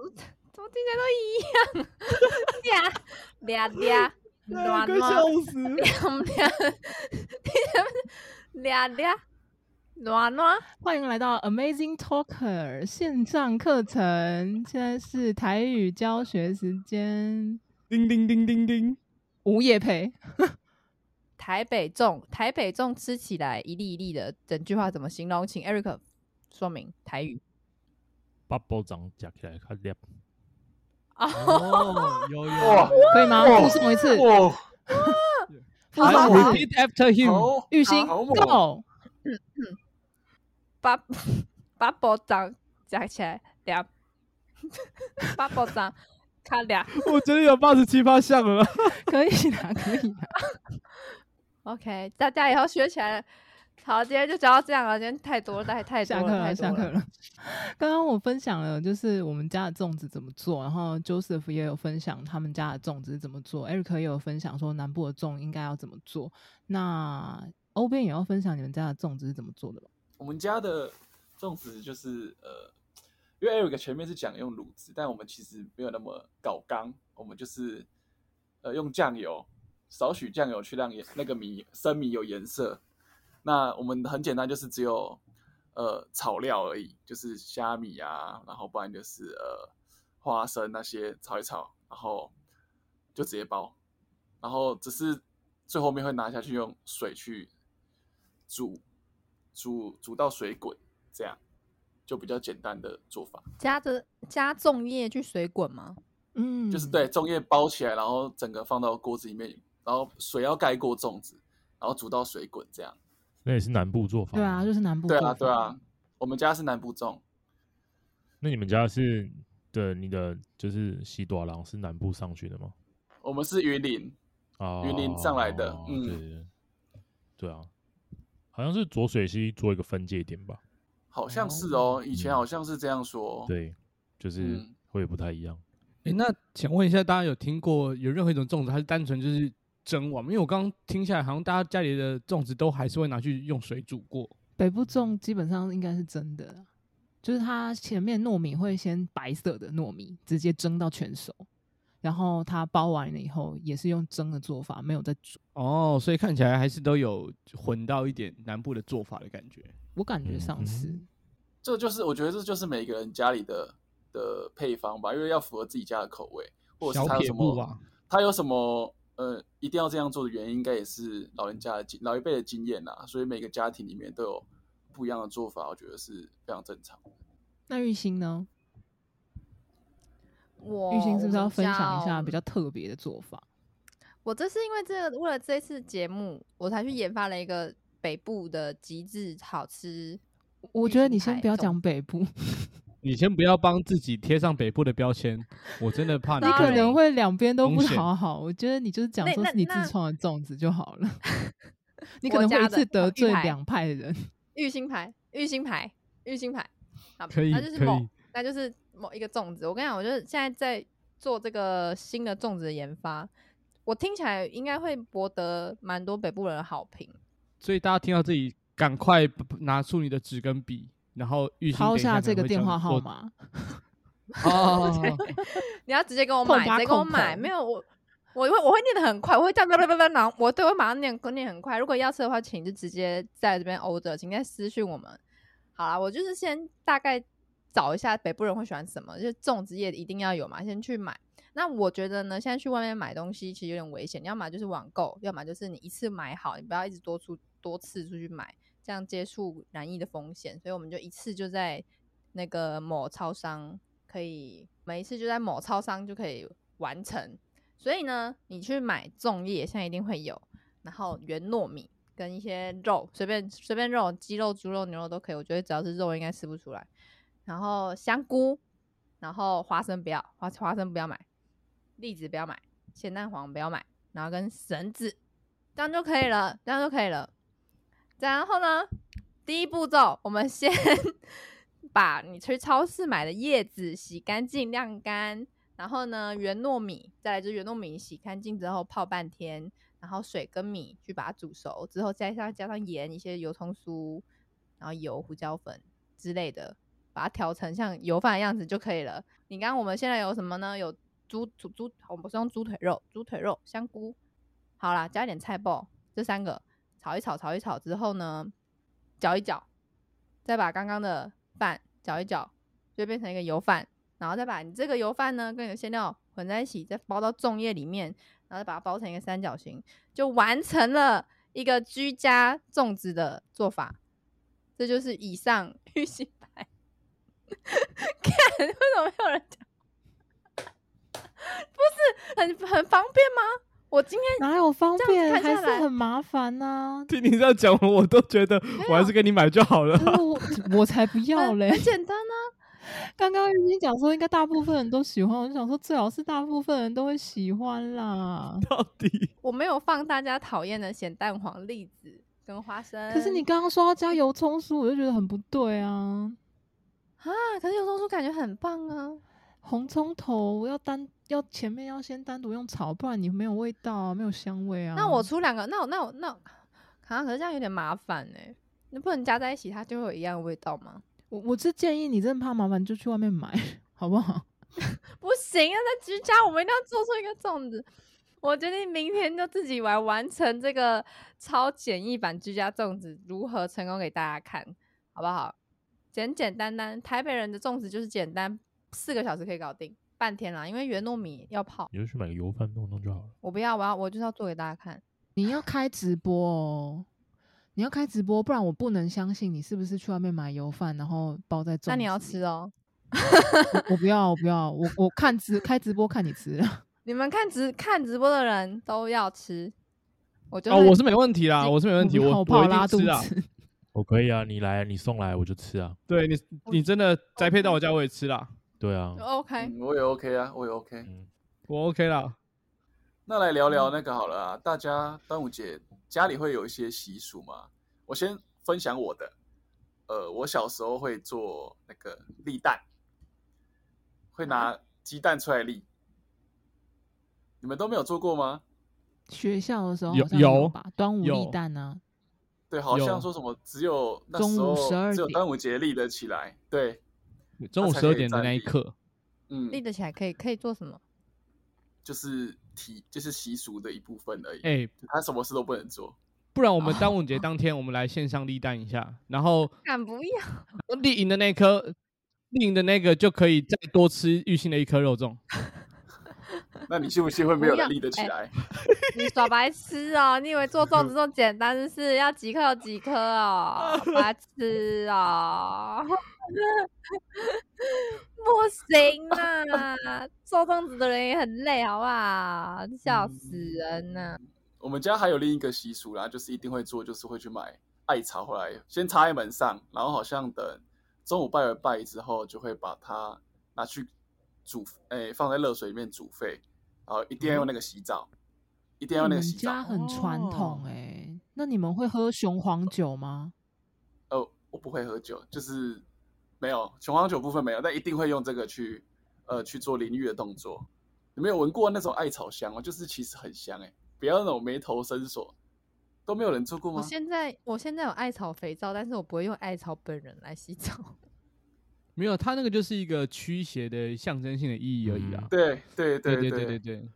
怎么听起来都一样？嗲嗲暖啊
快
吗
笑死！
凉凉， 俩俩暖暖，
欢迎来到 Amazing Talker 线上课程，现在是台语教学时间，
叮叮叮叮叮，
无业培。
台北粽，台北粽吃起来一粒一粒的，整句话怎么形容？请 Eric 说明台语。
把包长夹起来，看两
哦，有有
哇
可以吗？
哇
附送一次，
哇，
附送
好
一
好
次。
，repeat after him。
好
玉兴
好
，Go！
把把包长夹起来 两，把包长卡两。
我觉得有八十七八像了。
可以啦，可以啦。
OK，大家以后学起来了。好，今天就教到这样了，今天太多了，太太多
下课
太
了，下
多
课
了。
了。 刚刚我分享了，就是我们家的粽子怎么做，然后 Joseph 也有分享他们家的粽子是怎么做，Eric 也有分享说南部的粽应该要怎么做。那欧边也要分享你们家的粽子是怎么做的吧？
我们家的粽子就是呃，因为 Eric 前面是讲用卤子，但我们其实没有那么搞刚，我们就是呃用酱油，少许酱油去让颜那个米生米有颜色。那我们很简单，就是只有呃草料而已，就是虾米啊，然后不然就是呃花生那些炒一炒，然后就直接包，然后只是最后面会拿下去用水去煮，煮煮到水滚，这样就比较简单的做法，
加着加粽叶去水滚吗？
嗯，
就是对粽叶包起来，然后整个放到锅子里面，然后水要盖过粽子，然后煮到水滚这样。
那也是南部做法。
对啊，就。是南部
对
做
啊，
法
对啊，我们家是南部粽，
那你们家是的，你的就是西多郎是南部上去的吗？
我们是云林，
啊，
云林上来的嗯
对对对对啊，好像是浊水溪做一个分界点吧？
好像是哦，以前
嗯
好像是这样说。，
对，就是
哦嗯
会不太一样。
哎、那请问一下，大家有听过有任何一种粽子，它是单纯就是蒸完吗？因为我刚刚听下来，好像大家家里的粽子都还是会拿去用水煮过。
北部粽基本上应该是真的啦，就是它前面糯米会先白色的糯米直接蒸到全熟，然后它包完了以后也是用蒸的做法，没有再煮。
哦，所以看起来还是都有混到一点南部的做法的感觉。
我感觉上是，
嗯
这就是我觉得这就是每个人家里的的配方吧，因为要符合自己家的口味，或者
小
是他有
撇
什
步
么
吧，
他有什么呃一定要这样做的原因，应该也是老人家的经老一辈的经验啦，所以每个家庭里面都有不一样的做法，我觉得是非常正常的。
那玉兴呢？
哦我
玉兴是不是要分享一下比较
较？
特别的做法？
我这是因为这个，为了这次节目，我才去研发了一个北部的极致好吃。
我
玉
觉得
兴
你先
牌
不要
粽
讲北部，
你先不要帮自己贴上北部的标签，我真的怕
你
你
可能会两边都不
风险
讨好。我觉得你就是讲
那
说
那
是你自
那
创的粽子就好 了。你可
我
能会一
家的
次得
玉
罪
牌
两派人。
玉兴牌，玉兴牌，玉兴牌，好，
可以
那就是
可
某
以，
那就是某一个粽子。我跟你讲，我就是现在在做这个新的粽子的研发，我听起来应该会博得蛮多北部人的好评。
所以大家听到这里，赶快拿出你的纸跟笔，然后预
抛下这个电话号码，
哦，
你要直接跟我
空
买，
吧
直接跟我
空
买，
口
没有我。我会我会念的很快，我会这样叭叭叭叭，然后我对我会马上念念很快。如果要吃的话，请就直接在这边 order，请再私讯我们。好啦，我就是先大概找一下北部人会喜欢什么，就是粽子叶一定要有嘛，先去买。那我觉得呢，现在去外面买东西其实有点危险，要么就是网购，要么就是你一次买好，你不要一直多出多次出去买，这样接触染疫的风险。所以我们就一次就在那个某超商可以，每一次就在某超商就可以完成。所以呢，你去买粽叶，现在一定会有，然后圆糯米跟一些肉，随便随便肉，鸡肉、猪肉、牛肉都可以。我觉得只要是肉，应该吃不出来。然后香菇，然后花生不要，花花生不要买，栗子不要买，咸蛋黄不要买，然后跟绳子，这样就可以了，这样就可以了。然后呢，第一步骤，我们先 把你去超市买的叶子洗干净、晾干，然后呢，圆糯米，再来就是圆糯米洗干净之后泡半天，然后水跟米去把它煮熟，之后加上加上盐、一些油葱酥，然后油、胡椒粉之类的，把它调成像油饭的样子就可以了。你刚刚我们现在有什么呢？有猪猪猪，我们是用猪腿肉、猪腿肉、香菇、好啦，加一点菜爆，这三个炒一炒，炒一炒之后呢，搅一搅，再把刚刚的饭搅一搅，就变成一个油饭，然后再把你这个油饭呢跟你的馅料混在一起，再包到粽叶里面，然后再把它包成一个三角形，就完成了一个居家粽子的做法。这就是以上玉溪白。 看， 为什么没有人讲？不是很很方便吗？我今天
哪有方
这样
便，
子看
还
下来
是很麻烦 呐、
听你这样讲，我都觉得我还是给你买就 好了。
可是我我才不 要
很
嘞
很！简单啊，
刚刚已经讲说，应该大部分人都喜欢，我就想说，最好是大部分人都会喜欢啦。
到底
我没有放大家讨厌的咸蛋黄、栗子跟花生。
可是你刚刚说要加油葱酥，我就觉得很不对啊。
啊，可是有时候说感觉很棒啊。
红葱头要单要前面要先单独用炒，不然你没有味道啊，没有香味啊。
那我出两个，那我那我那我，啊，可是这样有点麻烦哎、那不能加在一起，它就会有一样的味道吗？
我我是建议你真的怕麻烦，就去外面买， 好不好？
不行啊，在居家我们一定要做出一个粽子。我决定明天就自己来完成这个超简易版居家粽子如何成功给大家看，好不好？简简单单，台北人的粽子就是简单，四个小时可以搞定，半天啦，因为圆糯米要泡。
你就去买个油饭弄弄就好了。
我不要，我要我就是要做给大家看。
你要开直播哦，你要开直播，不然我不能相信你是不是去外面买油饭，然后包在粽子里。
那你要吃哦，
我？我不要，我不要，我我看直开直播看你吃了。
你们看直看直播的人都要吃。我就
哦，我是没问题啦，
你
我是 没问题，我
好怕
我一
拉
定
肚
吃啊。
子。
我可以啊，你来你送来我就吃啊。
对你，你 真的宅配到我家我也吃啦，
对啊，
哦
OK，
嗯我也 OK 啊，我也 OK。
嗯，
我 OK 啦。
那来聊聊那个好了啊，大家端午节家里会有一些习俗吗？我先分享我的，呃，我小时候会做那个立蛋，会拿鸡蛋出来立，你们都没有做过吗？
学校的时候
有
好像
有
吧，端午
有
立蛋啊，
对，好
有
像说什么只有那
中
时
午
候
12
只有
点
端午节立得起来，对，
中午十
才可
二
以
点的
站
那一
立
刻，
嗯，
立得起来可以可以做什么？
就是体就是习俗的一部分而已，
哎、
他什么事都不能做。
不然我们端午节当天我们来线上立蛋一下，然后
敢不要？
立赢的那颗，立赢的那个就可以再多吃玉兴的一颗肉粽。
那你信不 信会没有
不要
人立得起
哎
来？
你耍白痴哦！你以为做粽子这么简单，就是要几颗有几颗哦，白痴哦！ 不行啊，做粽子的人也很累，好不好？笑死人呐、
我们家还有另一个习俗啦，就是一定会做，就是会去买艾草回来，先插在门上，然后好像等中午拜完拜之后，就会把它拿去煮，哎、放在热水里面煮沸，然后一定要用那个洗澡，一定要用
嗯你
那
们
个洗澡
家。很传统
哦
哎、那你们会喝雄黄酒吗？
呃，我不会喝酒，就是没有雄黄酒部分没有，但一定会用这个去呃去做淋浴的动作。你没有闻过那种艾草香吗？就是其实很香哎、不要那种眉头深锁，都没有人做过
我
吗？
现在我现在有艾草肥皂，但是我不会用艾草本人来洗澡。
没有，它那个就是一个驱邪的象征性的意义而已啊。
对嗯对对
对对对对，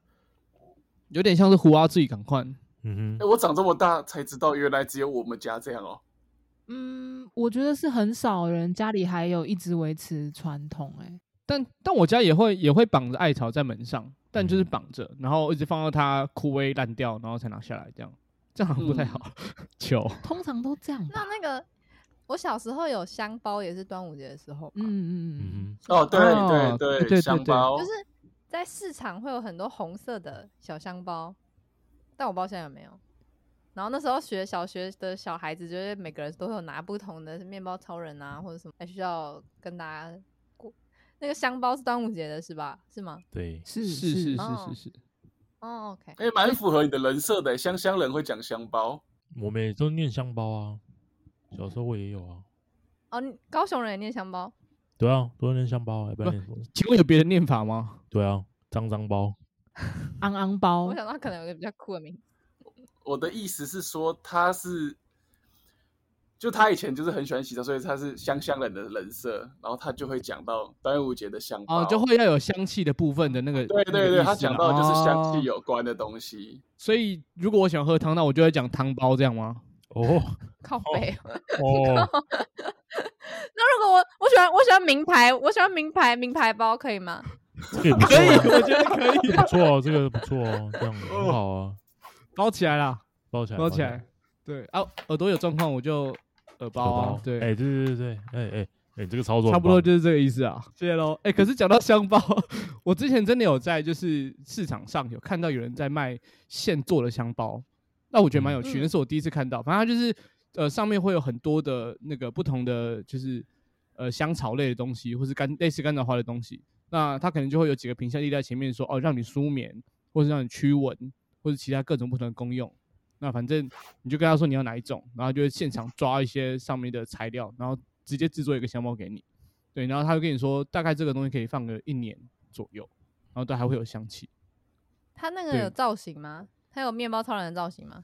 有点像是胡阿醉赶快。
嗯
哎、
哼，
我长这么大才知道，原来只有我们家这样哦。
嗯，我觉得是很少人家里还有一直维持传统哎、
但但我家也会也会绑着艾草在门上，但就是绑着，然后一直放到它枯萎烂掉，然后才拿下来，这样这样好像不太好。 糗。
通常都这样吧。
那那个，我小时候有香包，也是端午节的时候嘛。
嗯嗯
嗯
嗯，
哼，
哦，对
哦
对
对对
香
对
包
就是在市场会有很多红色的小香包，但我不知道现在有没有。然后那时候学小学的小孩子，就是每个人都会有拿不同的面包超人啊，或者什么，还需要跟大家过。那个香包是端午节的是吧？是吗？
对，
是
是是是
哦
是是，
哦，OK、o
哎，蛮符合你的人设的，欸香香人会讲香包。
我们也都念香包啊，小时候我也有啊。
k 哦，你高雄人也念香包，
对啊，都念香包啊，要不然念什么？
请问有别的念法吗？
对啊，脏脏包。
昂昂包
我，想到可能有个比较酷的名字，
我的意思是说，它是就他以前就是很喜欢洗澡，所以他是香香人的人设，然后他就会讲到端午节的香包，
哦，就会要有香气的部分的那个。
啊对
那
对
个
对，
意
他
思
讲
啦
到就是香气。
哦
有关的东西，
所以如果我想喝汤，那我就会讲汤包这样 吗？
哦
靠背。
哦，
那如果我我喜欢我喜欢名牌，我喜欢名牌名牌包可以吗？
这个也不错
可以，我
啊，
觉得可 以，
不错哦，这个不错哦，这样很好啊，
包起来啦，
包起来，
包起来。对啊，耳朵有状况我就耳包啊
包，，
对，
哎，对对对对，哎哎哎，你这个操作
差
很
不多
棒
就是这个意思啊。谢谢喽。哎、可是讲到香包， 我之前真的有在就是市场上有看到有人在卖现做的香包，那我觉得蛮有趣，
嗯
那是我第一次看到。反正它就是呃上面会有很多的那个不同的就是呃香草类的东西，或是干类似干草花的东西。那它可能就会有几个品相立在前面说哦，让你舒眠，或是让你驱蚊，或是其他各种不同的功用。那反正你就跟他说你要哪一种，然后他就会现场抓一些上面的材料，然后直接制作一个香包给你。对，然后他会跟你说大概这个东西可以放个一年左右，然后都还会有香气。
它那个
对
有造型吗？它有面包超人的造型吗？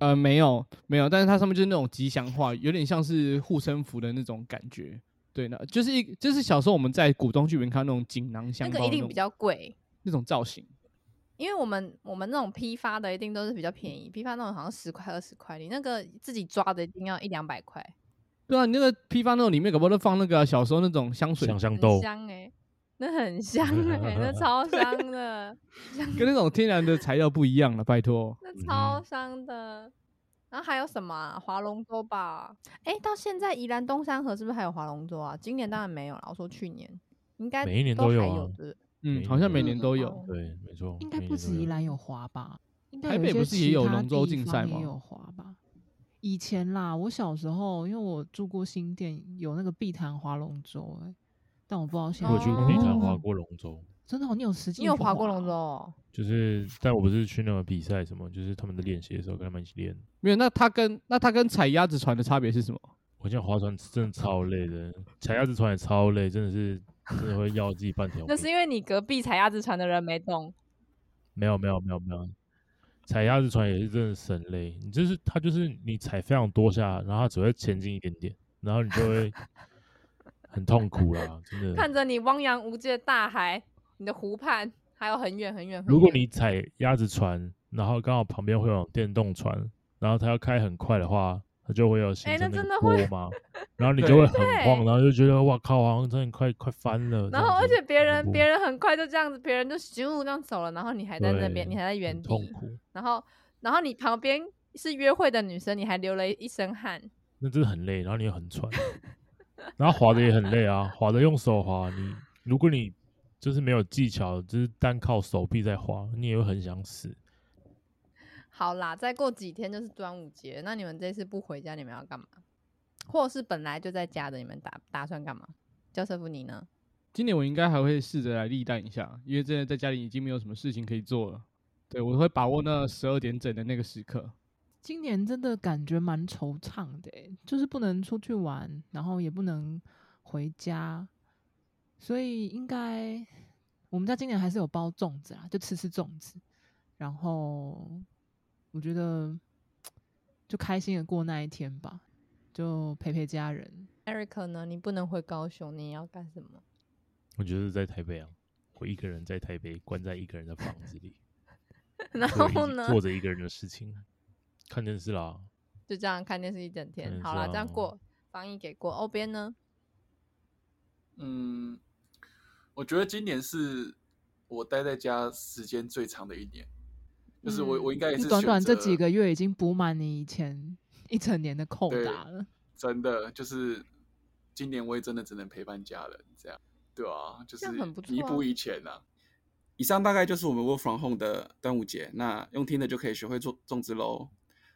呃，没有没有，但是它上面就是那种吉祥话，有点像是护身符的那种感觉。对，那就是一就是小时候我们在古装剧里面看到那种锦囊
那
香包
个一定
种
比较贵，
那种造型。
因为我们我们那种批发的一定都是比较便宜，批发那种好像十块二十块，你那个自己抓的一定要一两百块，
对啊，你那个批发那种里面，搞不好都放那个啊、小时候那种香水，
香香
很
豆，
香哎、那很香哎、 那超香的，
跟那种天然的材料不一样了，拜 托。
那
嗯
超香的。然后还有什么啊？划龙舟吧？哎，到现在宜兰东山河是不是还有划龙舟啊？今年当然没有了，我说去年应该
每一年
都
都有
还
啊
有的。嗯
嗯，
每
好像每
年
年
都
都
有
哦
有。
对，没错，
应该
每
不
年
止
都有
宜兰有滑吧？应该
台
有一
北
些
不是也
其
有
他
龙舟
地
竞
方
赛
也
吗
有滑吧？以前啦，我小时候因为我住过新店，有那个碧潭划龙舟、欸，但我不知道现在
我有去
哦
平潭划
哦
过龙舟，
真的、哦，你有实际
你有
去
划过龙
哦
舟？哦？
就是但我不是去那个比赛什么，就是他们的练习的时候跟他们一起练。
没有，那它跟那它跟踩鸭子船的差别是什么？
我现在划船真的超累的，踩鸭子船也超累，真的是真的会要自己半条命。
那是因为你隔壁踩鸭子船的人没动。
没有没有没有没有，踩鸭子船也是真的神累。你就是它就是你踩非常多下，然后它只会前进一点点，然后你就 会很痛苦啦，真的。
看着你汪洋无际的大海，你的湖畔，还有很远很远很远。
如果你踩鸭子船，然后刚好旁边会有电动船，然后它要开很快的话，它就会有形
哎
成
那
那
真
个
的
波
会
嘛，然后你
对
就会很
对
慌，然后就觉得哇靠，好像真的快快翻了。
然
这
后
样
而
子
且别
很
人
恐
别
怖
人很快就这样子，别人就咻这样走了，然后你还在那边，
对
你还在原
很痛
地，
苦，
然后然后你旁边是约会的女生，你还流了一身汗。
那真的很累，然后你又很喘，然后滑的也很累啊，滑的用手滑，你如果你就是没有技巧，就是单靠手臂在滑，你也会很想死。
好啦，再过几天就是端午节，那你们这次不回家，你们要干嘛？或者是本来就在家的，你们打打算干嘛？教授夫你呢？
今年我应该还会试着来立蛋一下，因为真的在家里已经没有什么事情可以做了。对，我会把握那十二点整的那个时刻。
今年真的感觉蛮惆怅的欸，就是不能出去玩，然后也不能回家，所以应该我们家今年还是有包粽子啊，就吃吃粽子，然后我觉得就开心的过那一天吧，就陪陪家人。
Eric 呢？你不能回高雄，你要干什么？
我觉得在台北啊，我一个人在台北，关在一个人的房子里，
然
做一
后呢？
做着一个人的事情，看电视啦。
就这样看电视一整
看
天。
电
好
视
啦，
啊
这样过防疫给过。欧边呢？
嗯，我觉得今年是我待在家时间最长的一年，就是我、
嗯
我应该也
就是短短
选
这
择
几个月，已经补满你以前 一整年的扣
对
打了。
真的就是今年我也真的只能陪伴家人，这样对啊，就
这
是
样很不错啊
弥补以前啊。以上大概就是我们 Work from Home 的端午节，那用听的就可以学会做种植喽。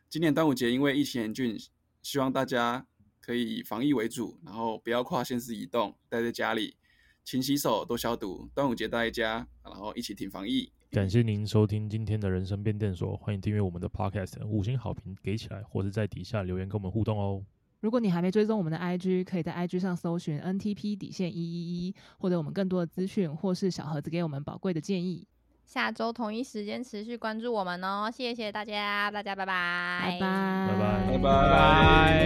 今年端午节因为疫情严峻，希望大家可以以防疫为主，然后不要跨县市移动，待在家里，勤洗手，多消毒。端午节待在家，然后一起挺防疫。
感谢您收听今天的人生变电所，欢迎订阅我们的 Podcast，五星好评给起来，或是在底下留言跟我们互动哦。
如果你还没追踪我们的 IG，可以在 IG 上搜寻 NTP 底线一一一，获得我们更多的资讯，或是小盒子给我们宝贵的建议。
下周同一时间持续关注我们哦，谢谢大家，大家拜拜，
拜拜
拜拜
拜
拜
拜。